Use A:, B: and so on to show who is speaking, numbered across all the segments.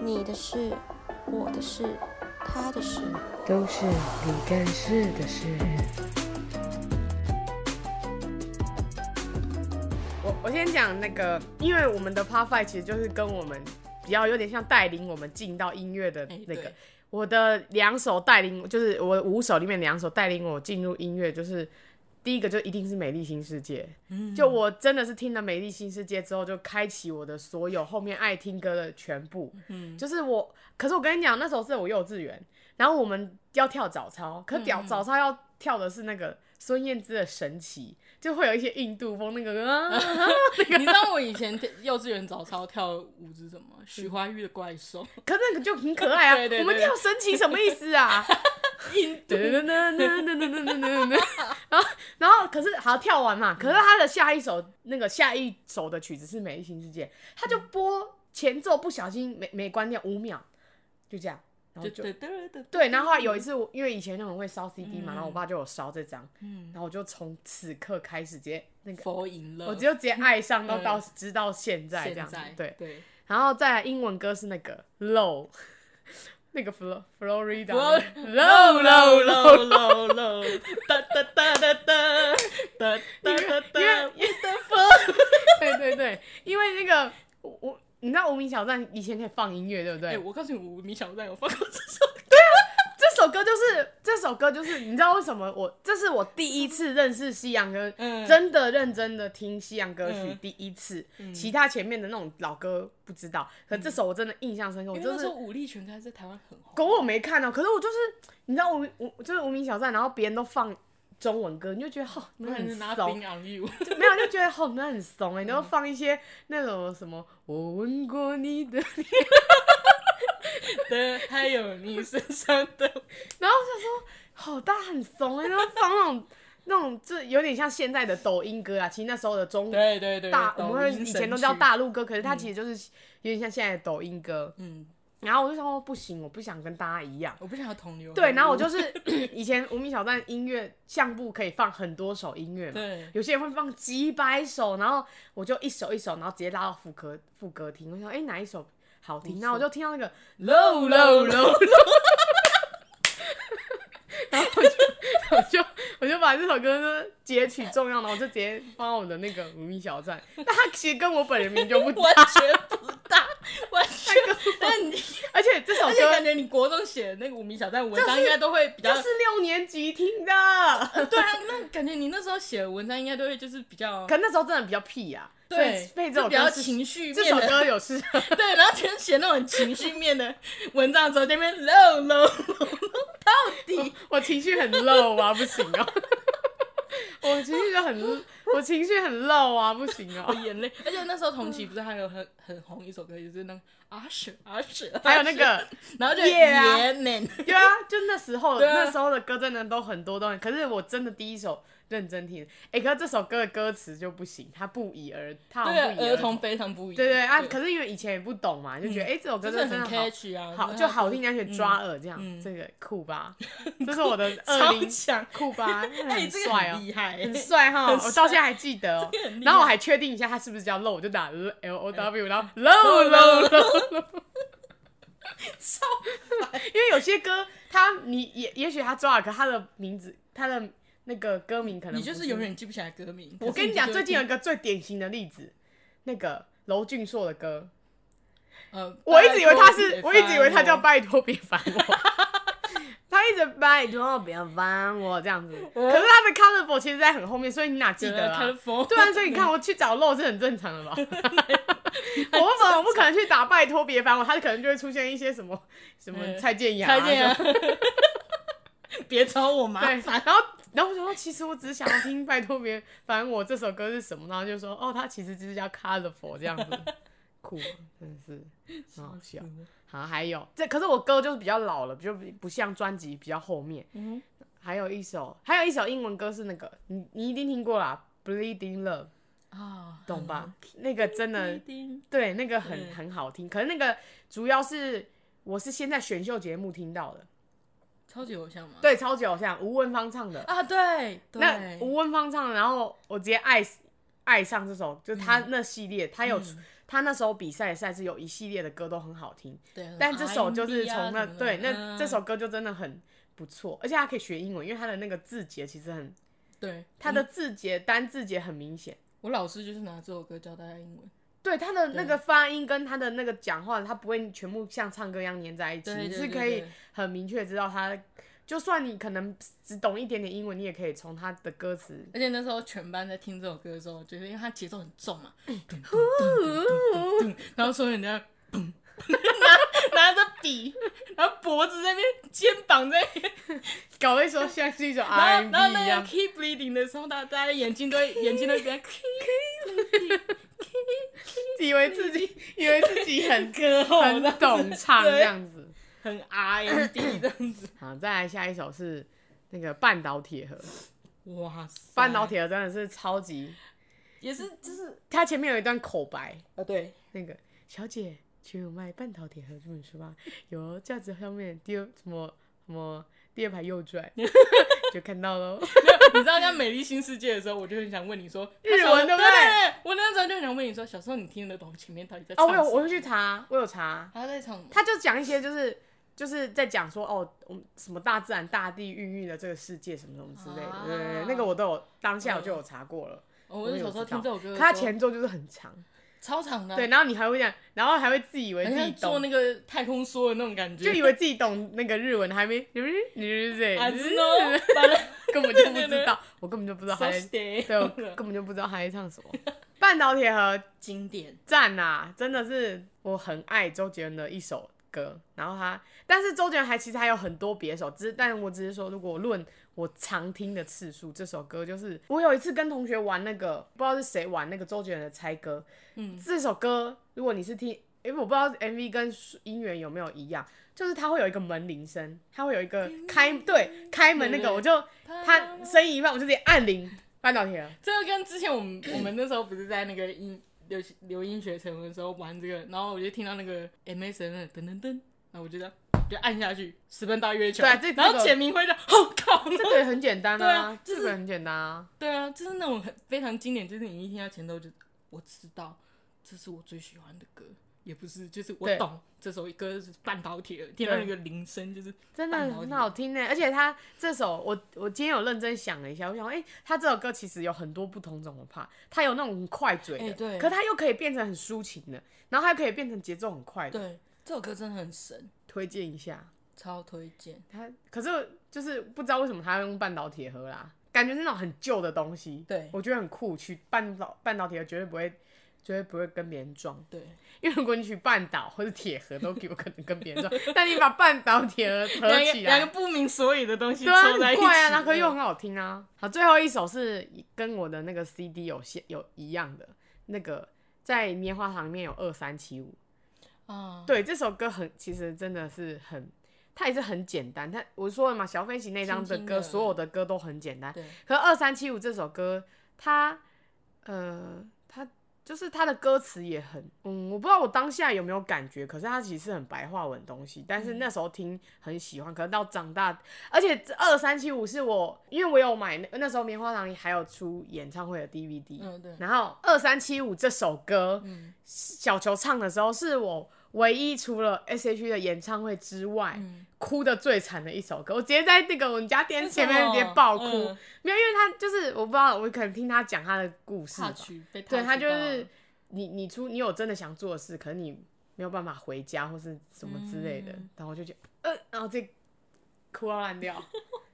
A: 你的事、我的事、他的事。
B: 都是你干事的事。
C: 我我先讲那个，因为我们的 Part Five 其实就是跟我们比较有点像带领我们进到音乐的那个。
A: 对
C: 我的两首带领，就是我五首里面两首带领我进入音乐，就是第一个就一定是《美丽新世界》。就我真的是听了《美丽新世界》之后，就开启我的所有后面爱听歌的全部。就是我，可是我跟你讲，那时候是我幼稚园，然后我们要跳早操，可屌早操要跳的是那个孙燕姿的《神奇》，就会有一些印度风那个啊，
D: 你知道我以前跳幼稚园早操跳的舞是什么？许怀玉的怪兽，
C: 可是那个就很可爱啊。
D: 对对对
C: 我们跳《神奇》什么意思啊？
D: 印度
C: 噔噔噔噔噔噔噔噔噔， 然后然后可是好跳完
D: 嗯
C: 嘛，可是他的下一首那个下一首的曲子是《美丽新世界》，他就播前奏不小心没没关掉五秒，就这样，然 后
D: 就
C: 哦就
D: 得得得，
C: 对，然后后来有一次我因为以前那种会烧 CD 嘛，
D: 嗯
C: 然后我爸就有烧这张，
D: 嗯
C: 然后我就从此刻开始直接那个，
D: 佛赢了，
C: 我就直接爱上到
D: 嗯
C: 到直到现在这
D: 现
C: 样子
D: 在，
C: 对，
D: 对，
C: 然后再来英文歌是那个 Low，那个 Flo Florida
D: 我
C: Low Low Low，
D: 喽喽， 哒哒哒哒哒 哒哒哒哒，
C: 对对对，因为那个我我你知道无名小站以前可以放音乐对不对？
D: 哎，我告诉你，我米小站有放过这首歌，
C: 这首歌就是这首歌就是你知道为什么我这是我第一次认识西洋歌，
D: 嗯
C: 真的认真的听西洋歌曲
D: 嗯
C: 第一次，其他前面的那种老歌不知道，可这首我真的印象深刻，我
D: 因为
C: 就
D: 那时
C: 是
D: 候武力全开在台湾很红，
C: 狗我没看到，可是我就是你知道无无就是无名小站，然后别人都放中文歌，你就觉得哦，你
D: 不
C: 们
D: 然
C: 很
D: 是拿
C: 怂
D: 冰，on you，
C: 就没有就觉得哦，你们 很怂哎，然后放一些那种什么我吻过你的
D: 嗯的还有你身上 的，
C: 然后我想说，好大很怂哎、欸，然后放那种那种，就有点像现在的抖音歌啊。其实那时候的中
D: 对对对，
C: 大，我
D: 抖
C: 们会
D: 音
C: 以
D: 神
C: 前都叫
D: 曲，
C: 大陆歌，可是它其实就是有点像现在的抖音歌。
D: 嗯，
C: 然后我就想说，哦不行，我不想跟大家一样。
D: 我不想要同流合污，
C: 对，然后我就是 以前无名小站音乐项目可以放很多首音乐嘛，
D: 对，
C: 有些人会放几百首，然后我就一首一首，然后直接拉到副歌副歌听。我想，哎、哪一首好听？然后我就听到那个 low low low，然后我就 我就我就把这首歌呢截取重要，然后我就直接放到我的那个无名小站。但它其实跟我本人名就不 搭，
D: 完全不搭，完全。那 你
C: 而且这首
D: 而且感
C: 歌
D: 觉你国中写的那个无名小站文章应该都会比较
C: 就，是六年级听的，
D: 对啊，那感觉你那时候写的文章应该都会就是比较，
C: 可那时候真的比较屁呀、啊，所
D: 对
C: 以，被这
D: 就
C: 首
D: 比较
C: 歌是
D: 情绪
C: 这
D: 面
C: 首
D: 的，
C: 歌 有适合。
D: 对，然后全写那种情绪面的文章的时候，这边 low low low，到底
C: 我情绪很 low 啊，不行哦、我情绪就很，我情绪很 low 啊，不行哦、
D: 我眼泪。而且那时候同期不是还有很很红一首歌， 啊就是那个阿舍阿舍，
C: 还有那个，
D: 然后就
C: 夜啊
D: 爷们，
C: 对啊，就那时候、
D: 对啊
C: 那时候的歌真的都很多都很，可是我真的第一首认真听，哎、可是这首歌的歌词就不行，它不以儿，它好
D: 对
C: 像不以
D: 儿童
C: 童，
D: 非常不一样，
C: 对对啊，可是因为以前也不懂嘛，就觉得哎、诶这首歌
D: 就
C: 真
D: 是
C: 的
D: 很
C: 真的好。
D: catch 啊，
C: 好
D: 然后
C: 就好听，而且抓耳这样，
D: 嗯
C: 这个 酷吧？这是我的二
D: 超
C: 零
D: 强，
C: 酷吧？
D: 哎、
C: 很
D: 这个
C: 帅哦、
D: 很厉害、
C: 很 帅哈，
D: 很帅
C: 我到现在还记得哦、
D: 这个很厉害哎
C: 然后我还确定一下他是不是叫 low，我就打 L O W，然后 low low low，
D: 超
C: 因为有些歌他你也也许他抓了，可他的名字他的那个歌名可能
D: 你就
C: 不
D: 是永。远记不起来歌名。
C: 我跟你讲，
D: 可是
C: 最
D: 就
C: 近有一个最典型的例子，那个娄俊硕的歌，
D: 呃，
C: 我一直以为他是
D: 拜，托
C: 我一直以为他叫
D: 别
C: 拜托别烦我。 他一直拜托别烦我这样子，可是他的 colorful 其实在很后面，所以你哪记得
D: 烦
C: 啊？
D: 我
C: 对啊，所以你看，我去找肉是很正常的吧？我不可能，我不可能去打拜托别烦我，他可能就会出现一些什么什么
D: 嗯
C: 蔡健雅、啊，
D: 蔡健雅， 别找我麻
C: 对，
D: 烦。
C: 然后然后我想说，其实我只是想要听拜托别烦我这首歌是什么，然后就说哦，他其实就是叫 Colorful 这样子，酷，啊真的是 很好笑。好，还有这可是我歌就是比较老了，就不不像专辑比较后面。
D: 嗯
C: 还有一首，还有一首英文歌是那个你你一定听过啦，《Bleeding Love》，
D: 啊，
C: 懂吧？那个真的
D: 一定？
C: 嗯对，那个很
D: 嗯
C: 很好听，可是那个主要是我是先在选秀节目听到的，
D: 超级偶像吗？
C: 对，超级偶像吴文芳唱的，
D: 啊，对，
C: 那
D: 对，嗯
C: 吴文芳唱的，然后我直接爱爱上这首，就是他那系列，他有出、他那时候比赛的赛制有一系列的歌都很好听，
D: 对，
C: 但这首
D: 啊
C: 就是从那对那这
D: 首
C: 首歌就真的很不错，而且他可以学英文，因为他的那个字节其实很，
D: 对
C: 他的字节单字节很明显。
D: 我老师就是拿这首歌教大家英文，
C: 对他的那个发音跟他的那个讲话，他不会全部像唱歌一样粘在一起，
D: 对
C: 你
D: 对
C: 是
D: 对
C: 可以
D: 对
C: 很明确知道他。就算你可能只懂一点点英文，你也可以从他的歌词
D: 而且那时候全班在听这首歌的时候，就是因为它节奏很重嘛，嗯然后所有人在砰拿拿着笔，然后脖子在那边，肩膀在那边，
C: 搞一首像是一首
D: 然后
C: R&B
D: 然后
C: 一
D: 那
C: 样
D: 个。keep bleeding 的时候，大大家眼睛都会眼睛都比较 keep
C: 以为自 己以为自己很
D: 歌喉
C: 很懂唱这样子。
D: 很 R N D 这样子，
C: 好，再来下一首是那个半岛铁盒，
D: 哇塞，
C: 半岛铁盒真的是超级，
D: 也是就是
C: 它前面有一段口白，
D: 啊对，
C: 那个小姐，请有卖半岛铁盒这本书吗？ 有，架子上面第二什么什么第二排右 转就看到喽。
D: 你知道像《美丽新世界》的时候，我就很想问你说
C: 日文
D: 他小
C: 对
D: 对
C: 不对
D: 对？我那时候就很想问你说，小时候你听得懂前面到底在
C: 哦，
D: 唱
C: 我
D: 什么？
C: 有我有去查，我有查，
D: 他在唱什么？
C: 他就讲一些就是。就是在讲说哦，我们什么大自然、大地孕育了这个世界什么什么之类的，对对对，那个我都有当下我就有查过了。
D: 哦啊我就小时候听这首歌的时候，
C: 它前奏就是很长，
D: 超长的啊，
C: 对，然后你还会这样，然后还会自以为
D: 很
C: 自己
D: 像做
C: 懂，
D: 那个太空梭的那种感觉，
C: 就以为自己懂那个日文，还没， 你是你是谁？
D: 啊，知道，完了，
C: 根本就不知道， 我根本就不知道他在，对我
D: 对，
C: 根本就不知道他在唱什么。半岛铁盒
D: 经典，
C: 赞啊，真的是我很爱周杰伦的一首歌，然后他，但是周杰伦还其实还有很多别首，只是但我只是说，如果论我常听的次数，这首歌就是我有一次跟同学玩那个，不知道是谁玩那个周杰伦的猜歌，
D: 嗯，
C: 这首歌如果你是听，因为我不知道 MV 跟音源有没有一样，就是它会有一个门铃声，它会有一个开对开门那
D: 对
C: 个，
D: 对
C: 我就它声音一放，我就直接按铃，半导体了。
D: 这个跟之前我们我们那时候不是在那个音流行流音学成文的时候玩这个，然后我就听到那个 MSN 的噔噔噔，然后我就这样就按下去，十分大月球，
C: 对啊这
D: 然
C: 这
D: 后
C: 个
D: 简明辉就好靠，
C: 这个也很简单
D: 对啊就是
C: 这个很简单啊。
D: 对啊，就是那种很非常经典，就是你一听到前奏就我知道这是我最喜欢的歌，也不是就是我
C: 对
D: 懂这首歌是半导体的，听到那个铃声就是
C: 真的
D: 半导体
C: 很好听呢，而且他这首我我今天有认真想了一下，我想，哎、他这首歌其实有很多不同种的 part，他有那种很快嘴的，
D: 哎对
C: 可他又可以变成很抒情的，然后他又可以变成节奏很快的，
D: 对这首歌真的很神，
C: 推荐一下
D: 超推荐。
C: 他。可是就是不知道为什么他要用半导体盒啦，感觉是那种很旧的东西，
D: 对
C: 我觉得很酷，去半导半导体盒绝对不会。绝对不会跟别人撞，
D: 对，
C: 因为如果你去半岛或者铁盒都有可能跟别人撞， 但你把半岛铁盒合
D: 两个
C: 起来，
D: 两个不明所以的东西
C: 对啊，
D: 凑
C: 很
D: 在一起，嗯
C: 怪啊，那歌又很好听啊。好，最后一首是跟我的那个 CD 有些有一样的，那个在棉花糖里面有二三七五。
D: 啊，
C: 对，这首歌很，其实真的是很，它也是很简单。它我说了嘛，小飞行那张的
D: 轻轻
C: 歌，
D: 的
C: 所有的歌都很简单。
D: 对
C: 可二三七五这首歌，它呃，它就是它的歌词也很，嗯，我不知道我当下有没有感觉，可是它其实是很白话文的东西，但是那时候听很喜欢，可是到长大，而且二三七五是我，因为我有买那那时候棉花糖还有出演唱会的 DVD，、
D: 嗯对
C: 然后二三七五这首歌，
D: 嗯
C: 小球唱的时候是我。唯一除了 S.H.E 的演唱会之外，
D: 嗯
C: 哭的最惨的一首歌，我直接在那个我们家电视前
D: 为什
C: 面
D: 么
C: 直接爆哭，
D: 嗯
C: 没有，因为他就是我不知道，我可能听他讲他的故事吧
D: 踏。曲被
C: 对他
D: 他
C: 就是你你出你有真的想做的事，可是你没有办法回家或是什么之类的，
D: 嗯
C: 然后我就觉得呃，然后这哭到烂 掉，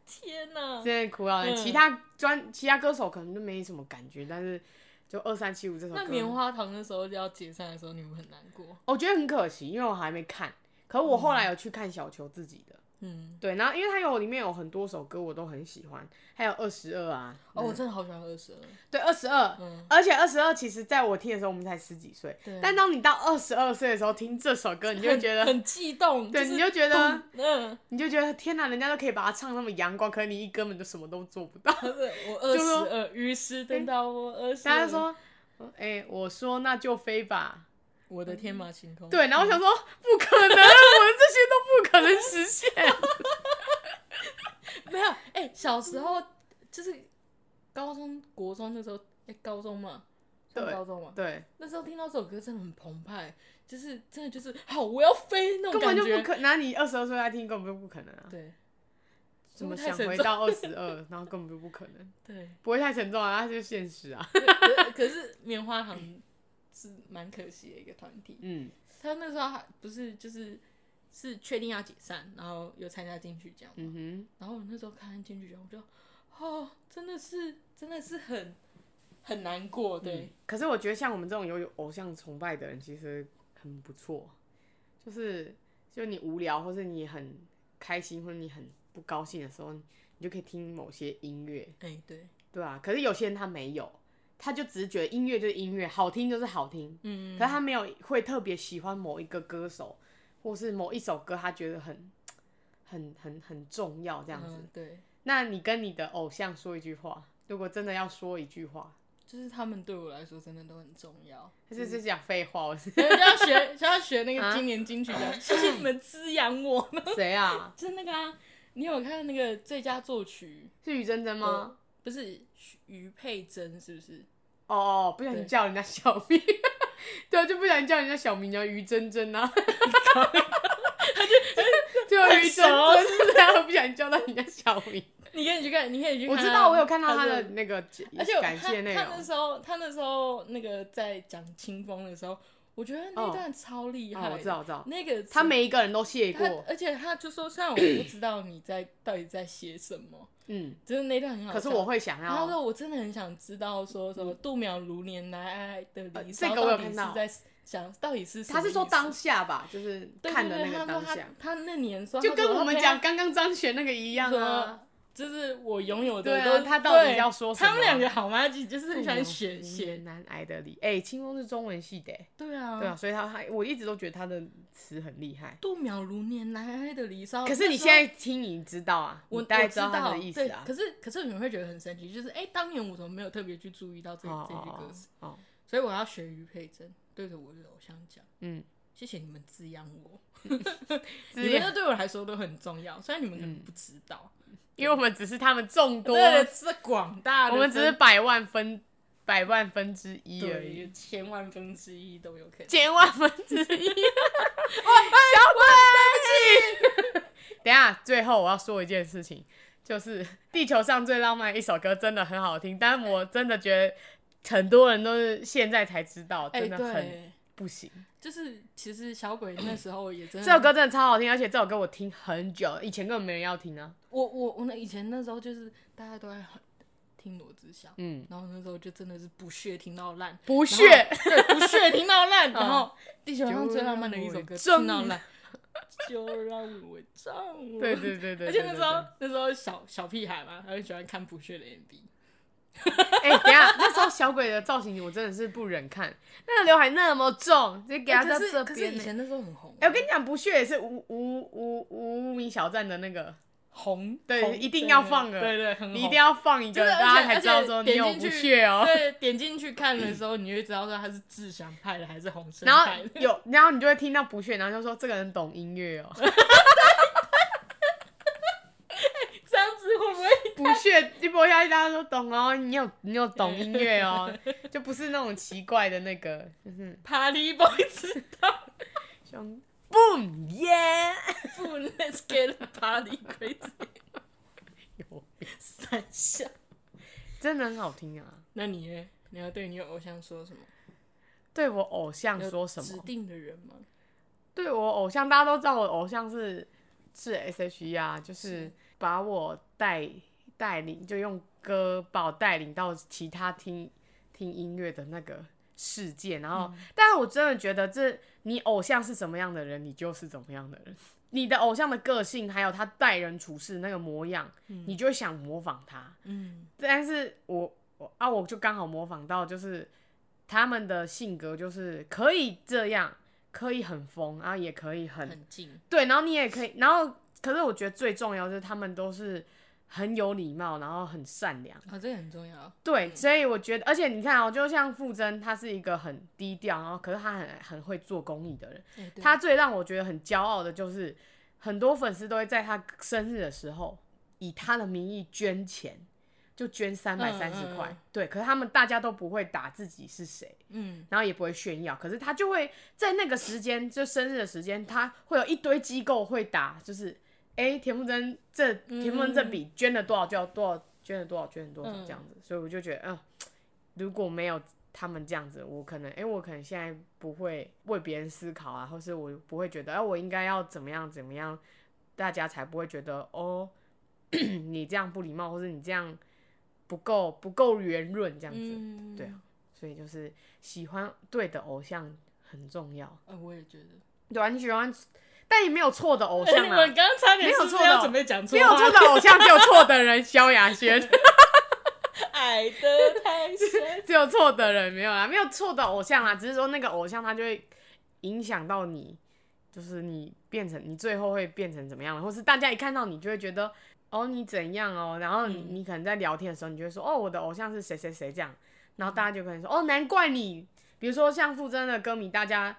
D: 天哪，
C: 真的哭到烂。
D: 嗯
C: 其他专其他歌手可能就没什么感觉，但是就二三七五这首歌，
D: 那棉花糖的时候要解散的时候，你们很难过，
C: 我觉得很可惜，因为我还没看。可我后来有去看小球自己的，
D: 嗯，
C: 对，然后因为他有里面有很多首歌我都很喜欢，还有二十二啊，
D: 哦，我真的好喜欢二十二，
C: 对，二十二
D: 嗯，
C: 而且二十二，其实在我听的时候，我们才十几岁
D: 对，
C: 但当你到二十二岁的时候听这首歌，你就会觉得，
D: 很激动，
C: 对，
D: 是
C: 你就觉得，
D: 嗯，
C: 你就觉得，天哪，人家都可以把它唱那么阳光，可是你一根本就什么都做不到。
D: 不 是我二
C: 呃就说
D: 十二，于是等到我二十，
C: 大家说，哎、我说那就飞吧，
D: 我的天马行空，，
C: 对，然后我想说，不可能，我的这些都不可能实 现。
D: 没有，哎、小时候就是高中、国中那时候，哎、高中嘛，上
C: 对
D: 高中嘛，
C: 对，
D: 那时候听到这首歌真的很澎湃，就是真的就是好我要飞那种
C: 根
D: 感
C: 本就
D: 觉，
C: 不可，拿你二十二岁来听，根本就不可能啊！
D: 对
C: 怎么
D: 太
C: 想
D: 沉
C: 回
D: 重
C: 到二十二，然后根本就不可能，
D: 对，
C: 不会太沉重啊，它就是现实啊。
D: 可可是棉花糖是蛮可惜的一个团体，
C: 嗯，
D: 他那时候还不是就是是确定要解散，然后有参加金曲奖嘛，
C: 嗯
D: 然后我那时候看进去，然后我就，哦，真的是，真的是很很难过，对，
C: 哼，可是我觉得像我们这种有偶像崇拜的人，其实很不错。就是，就你无聊，或是你很开心，或者你很不高兴的时候，你就可以听某些音乐，
D: 哎、对，
C: 对啊。可是有些人他没有，他就只是觉得音乐就是音乐，好听就是好听，
D: 嗯，
C: 可是他没有会特别喜欢某一个歌手，或是某一首歌，他觉得很、很、很、很重要这样子。
D: 嗯对，
C: 那你跟你的偶像说一句话，如果真的要说一句话，
D: 就是他们对我来说真的都很重要，
C: 他就是讲废话，我是
D: 就要学，就要学那
C: 啊
D: 个今年金曲奖，谢谢你们滋养我，
C: 谁啊？
D: 就是那个啊，你有看那个最佳作曲
C: 是于真真吗？？
D: 不是徐于佩珍是不是？
C: 哦哦，不小心
D: 对
C: 叫人家小名， 对，就不小心叫人家小名叫于真真啊， 就就于真
D: 很
C: 真，然后不小心叫到人家小名。
D: 你可以去看，你可以去看
C: 我
D: 啊。
C: 知道，我有看到他的
D: 的
C: 那个，
D: 而且我
C: 感谢内
D: 他他那
C: 容，
D: 时候，他那时候那个在讲清风的时候，我觉得那段超厉害、
C: 哦，我知道，，我知道，
D: 那个
C: 他每一个人都谢
D: 他
C: 过，
D: 而且他就说，虽然我不知道你在到底在写什么，
C: 嗯，
D: 就是那段很好
C: 可
D: 笑，
C: 是我会想
D: 然后他
C: 要，
D: 说我真的很想知道说什么度秒如年来爱爱的离
C: 嗯呃
D: 骚、
C: 这个我有
D: 到底
C: 看到
D: 是在想到底是什么
C: 他是说
D: 意思
C: 当下吧，就是
D: 对对
C: 看的
D: 对
C: 那个
D: 他说
C: 当
D: 他
C: 下，
D: 他那年说
C: 就
D: 他
C: 跟
D: 说
C: 我们
D: OK，
C: 讲刚刚张璇那个一样啊
D: 说。就是我拥有
C: 对
D: 的
C: 啊
D: 都，
C: 他到底
D: 对
C: 要说什
D: 他们
C: 么
D: 两个好妈吉就是很喜欢
C: 写
D: 写写，
C: 难挨的理。
D: 嗯
C: 哎、清风是中文系的、欸，
D: 对啊，
C: 对啊，所以他他我一直都觉得他的词很厉害。
D: 度秒如年，难挨的离骚。
C: 可是你现在听，你知道啊，
D: 我
C: 你大概
D: 我知道
C: 道他的意思啊
D: 对，。可是可是你会觉得很神奇，就是哎、诶当年我怎么没有特别去注意到这、
C: 哦
D: 这句歌
C: 哦
D: 词？
C: 哦，哦
D: 所以我要学于佩珍，对着我的偶像讲，
C: 嗯，
D: 谢谢你们滋养我，
C: 资
D: 你们
C: 料
D: 这对我来说都很重要，虽然你们可能不知道，
C: 因为我们只是他们众多，
D: 对，是广大的
C: 我
D: 分，
C: 们只是百万分百万分之一而已，
D: 对千万分之一都有可能。
C: 千万分之一。小鬼，对不起。等一下，最后我要说一件事情，就是地球上最浪漫的一首歌，真的很好听，但我真的觉得很多人都是现在才知道，
D: 哎、
C: 真的很
D: 对，
C: 不行。
D: 就是其实小鬼那时候也真的，
C: 这首歌真的超好听，而且这首歌我听很久，以前根本没人要听啊。
D: 我我我那以前那时候就是大家都在听罗志祥，
C: 嗯，
D: 然后那时候就真的是不屑听到烂，
C: 不
D: 不
C: 屑，嗯
D: 对，不屑听到 烂。然后地球上最浪漫的一首歌，
C: 就让
D: 听
C: 我
D: 到烂，就让我唱我。
C: 对对对对。
D: 而且那
C: 对
D: 时候，那时候小小屁孩嘛，他就喜欢看不屑的 MV。
C: 对对哎，等一下那时候小鬼的造型我真的是不忍看，那个刘海那么重，就给他
D: 哎可
C: 到
D: 是
C: 啊这
D: 可是
C: 边
D: 以
C: 呢。
D: 前那时候很红，啊
C: 哎、我跟你讲，不屑也是无无无无无名小站的那个，
D: 红，
C: 对
D: 红
C: 一定要放的
D: 对对，很红
C: 你一定。要放一
D: 真
C: 个，
D: 的，
C: 大
D: 而
C: 家
D: 且
C: 才知道说
D: 而
C: 你
D: 且
C: 有
D: 点
C: 不
D: 进去
C: 屑哦、
D: 对，点进去看的时候，你会知道说他是志祥派的还是红生
C: 然后
D: 派的。
C: 有，然后你就会听到不屑，然后就说这个人懂音乐 哦、
D: 这样子会不会
C: 不屑一播下去，大家都懂哦、你有你有懂音乐 哦、就不是那种奇怪的那个，就是
D: Party Boy 知道？
C: 像 boom yeah，
D: 不，Let's get Party crazy，
C: 有
D: 三下。
C: 真的很好听啊。
D: 那你呢？你要对你有偶像说什么？
C: 对我偶像说什
D: 有指
C: 么？
D: 定的人吗？
C: 对我偶像，大家都知道我偶像是是 S.H.E 啊，就是
D: 是
C: 把我带带领，就用歌把我带领到其他听听音乐的那个世界。然后，但是我真的觉得这，你偶像是什么样的人，你就是怎么样的人。你的偶像的个性，还有他待人处事那个模样，你就会想模仿他。
D: 嗯，
C: 但是我我啊，我就刚好模仿到，就是他们的性格就是可以这样，可以很疯，然后也可以很
D: 很近，
C: 对，然后你也可以，然后可是我觉得最重要就是他们都是很有礼貌，然后很善良。
D: 啊、这个很重要。
C: 对，所以我觉得，而且你看哦、就像傅征，他是一个很低调，然后可是他很很会做公益的人。
D: 哎对
C: 他最让我觉得很骄傲的就是，很多粉丝都会在他生日的时候以他的名义捐钱，就捐三百三十
D: 嗯嗯
C: 块
D: 嗯，
C: 对。可是他们大家都不会打自己是谁，
D: 嗯，
C: 然后也不会炫耀，可是他就会在那个时间，就生日的时间，他会有一堆机构会打，就是哎、田馥甄这田馥甄这笔捐了多少，就要多少捐了多少，捐了多少
D: 嗯
C: 这样子，所以我就觉得，嗯、如果没有他们这样子，我可能哎、我可能现在不会为别人思考啊，或是我不会觉得，哎、我应该要怎么样怎么样，大家才不会觉得哦， 你这样不礼貌，或者你这样不够不够圆润这样子。
D: 嗯
C: 对啊，所以就是喜欢对的偶像很重要。
D: 呃，我也觉得。
C: 对啊，你喜欢，但也没有错的偶
D: 哎
C: 像
D: 你
C: 啊，
D: 们刚刚差点
C: 没有
D: 是不
C: 错
D: 是
C: 的
D: 要准备讲错
C: 没有
D: 话
C: 错的偶像，只有错的人。萧亚轩，
D: 矮的太深。
C: 只有错的人，没有啦，没有错的偶像啦，啊只是说那个偶像他就会影响到你，就是你变成你最后会变成怎么样了，或是大家一看到你就会觉得。哦，你怎样哦？然后你、
D: 嗯
C: 你可能在聊天的时候，你就会说，哦，我的偶像是谁谁谁这样，然后
D: 嗯
C: 大家就可能说，哦，难怪你，比如说像傅征的歌迷，大家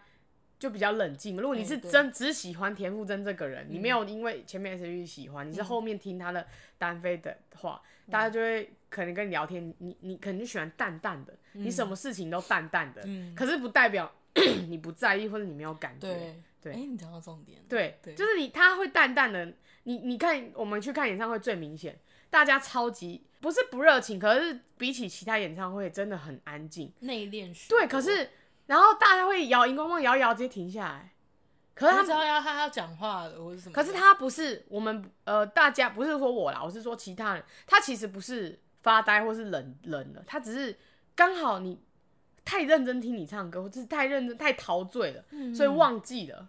C: 就比较冷静。如果你
D: 嗯
C: 是
D: 对嗯
C: 真、只喜欢田馥甄这个人，你没有因为前面 S H E 喜欢，你是后面听他的单飞的话，
D: 嗯
C: 大家就会可能跟你聊天，你你可能就喜欢淡淡的，你什么事情都淡淡的，
D: 嗯
C: 可是不代表 你不在意或者你没有感觉。
D: 对
C: 对
D: 哎，你讲到重点了。
C: 对，
D: 对
C: 就是你他会淡淡的，你你看我们去看演唱会最明显，大家超级不是不热情，可是比起其他演唱会真的很安静。
D: 内敛许多。
C: 对，可是然后大家会摇荧光棒摇一摇直接停下来，可是
D: 我
C: 他
D: 知道要他要讲话了，或者什么的。
C: 可是他不是我们呃大家不是说我啦，我是说其他人，他其实不是发呆或是冷冷了，他只是刚好你太认真听你唱歌，或者是太认真太陶醉了，所以忘记了。
D: 嗯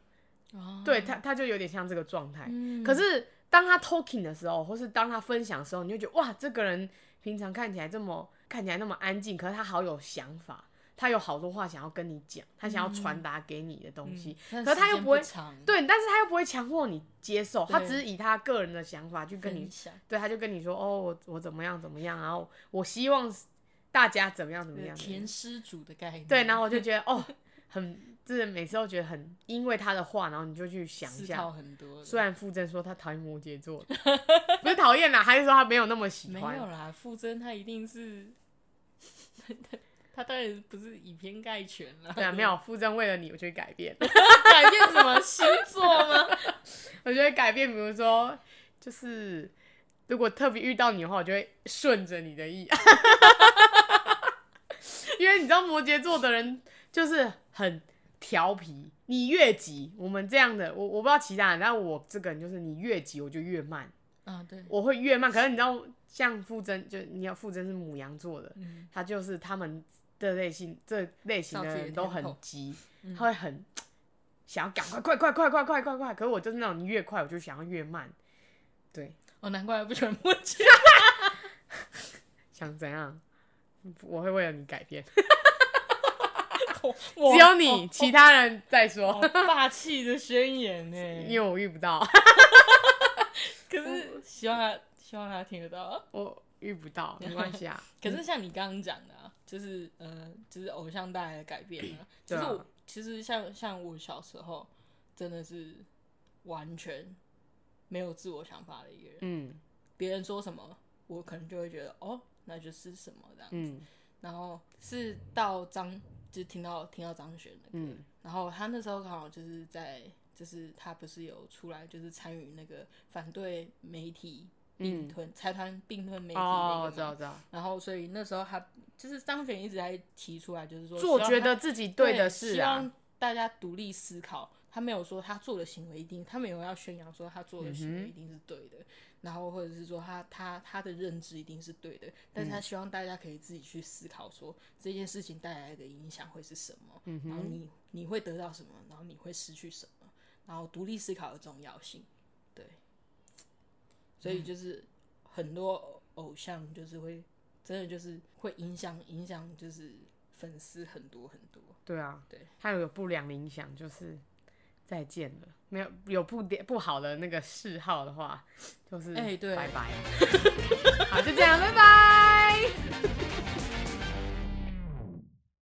D: 哦，
C: 对他，他就有点像这个状态。
D: 嗯
C: 可是当他 talking 的时候，或是当他分享的时候，你就觉得哇，这个人平常看起来这么看起来那么安静，可是他好有想法，他有好多话想要跟你讲，他
D: 嗯
C: 想要传达给你的东西，
D: 但
C: 可是他
D: 时
C: 又
D: 间
C: 不会
D: 长
C: 对，但是他又不会强迫你接受，他
D: 对
C: 只是以他个人的想法去跟你
D: 分，享，
C: 对，他就跟你说哦，我我怎么样怎么样，然后我希望大家怎么样怎么样，怎么样
D: 甜施主的概念。
C: 对，然后我就觉得哦，很就是每次都觉得很因为他的话，然后你就去想一
D: 思
C: 下
D: 考，很多了。
C: 虽然傅征说他讨厌摩羯座， 不是讨厌啦，还是说他没有那么喜
D: 没
C: 欢
D: 有？啦，傅征他一定是， 他当然不是以偏概全啦。
C: 对啊，没有傅征为了你，我就会改变，
D: 改变什么星座吗？
C: 我就会改变。比如说，就是如果特别遇到你的话，我就会顺着你的意， 因为你知道摩羯座的人就是很调皮，你越急，我们这样的，我我不知道其他人，但我这个人就是你越急我就越慢，
D: 啊，对，
C: 我会越慢。可是你知道，像傅征，就你要傅征是母羊座的，
D: 嗯
C: 他就是他们这类型这类型的人都很急，
D: 嗯
C: 他会很想要赶快快快快快快快快，可是我就是那种越快我就想要越慢，对，
D: 哦，难怪不喜欢墨 镜。
C: 想怎样，我会为了你改变，
D: 哇
C: 只有你，其他人再
D: 好
C: 说，
D: 霸气的宣言呢。
C: 因为我遇不到，
D: 可是希望他希望他听得到。
C: 我遇不 到，没关系啊，
D: 可是像你刚刚讲的、啊，就是呃，就是偶像带来的改变 啊。其
C: 对
D: 实
C: 啊
D: 我其实像像我小时候，真的是完全没有自我想法的一个人。
C: 嗯
D: 别人说什么，我可能就会觉得哦，那就是什么这样。
C: 嗯
D: 然后是到张，就听到听到张悬的歌，
C: 嗯
D: 然后他那时候刚好就是在，就是他不是有出来，就是参与那个反对媒体并吞、财团并吞媒体那
C: 嗯哦，
D: 个
C: 我知道我
D: 嘛。
C: 知道，
D: 然后所以那时候他就是张悬一直在提出来，就是说
C: 做
D: 希望
C: 觉
D: 他
C: 得自己
D: 对
C: 对的事
D: 希
C: 啊
D: 望，大家独立思考。他没有说他做的行为一定，他没有要宣扬说他做的行为一定是对的，
C: 嗯
D: 然后或者是说他他他的认知一定是对的，但是他希望大家可以自己去思考说这件事情带来的影响会是什么，
C: 嗯
D: 然后你你会得到什么，然后你会失去什么，然后独立思考的重要性，对，所以就是很多偶像就是会真的就是会影响影响就是粉丝很多很多，
C: 对啊，
D: 对，
C: 他有不良的影响，就是再见了。没有有不点不好的那个嗜好的话，就是
D: 哎对
C: 拜拜。好，就这样，拜拜。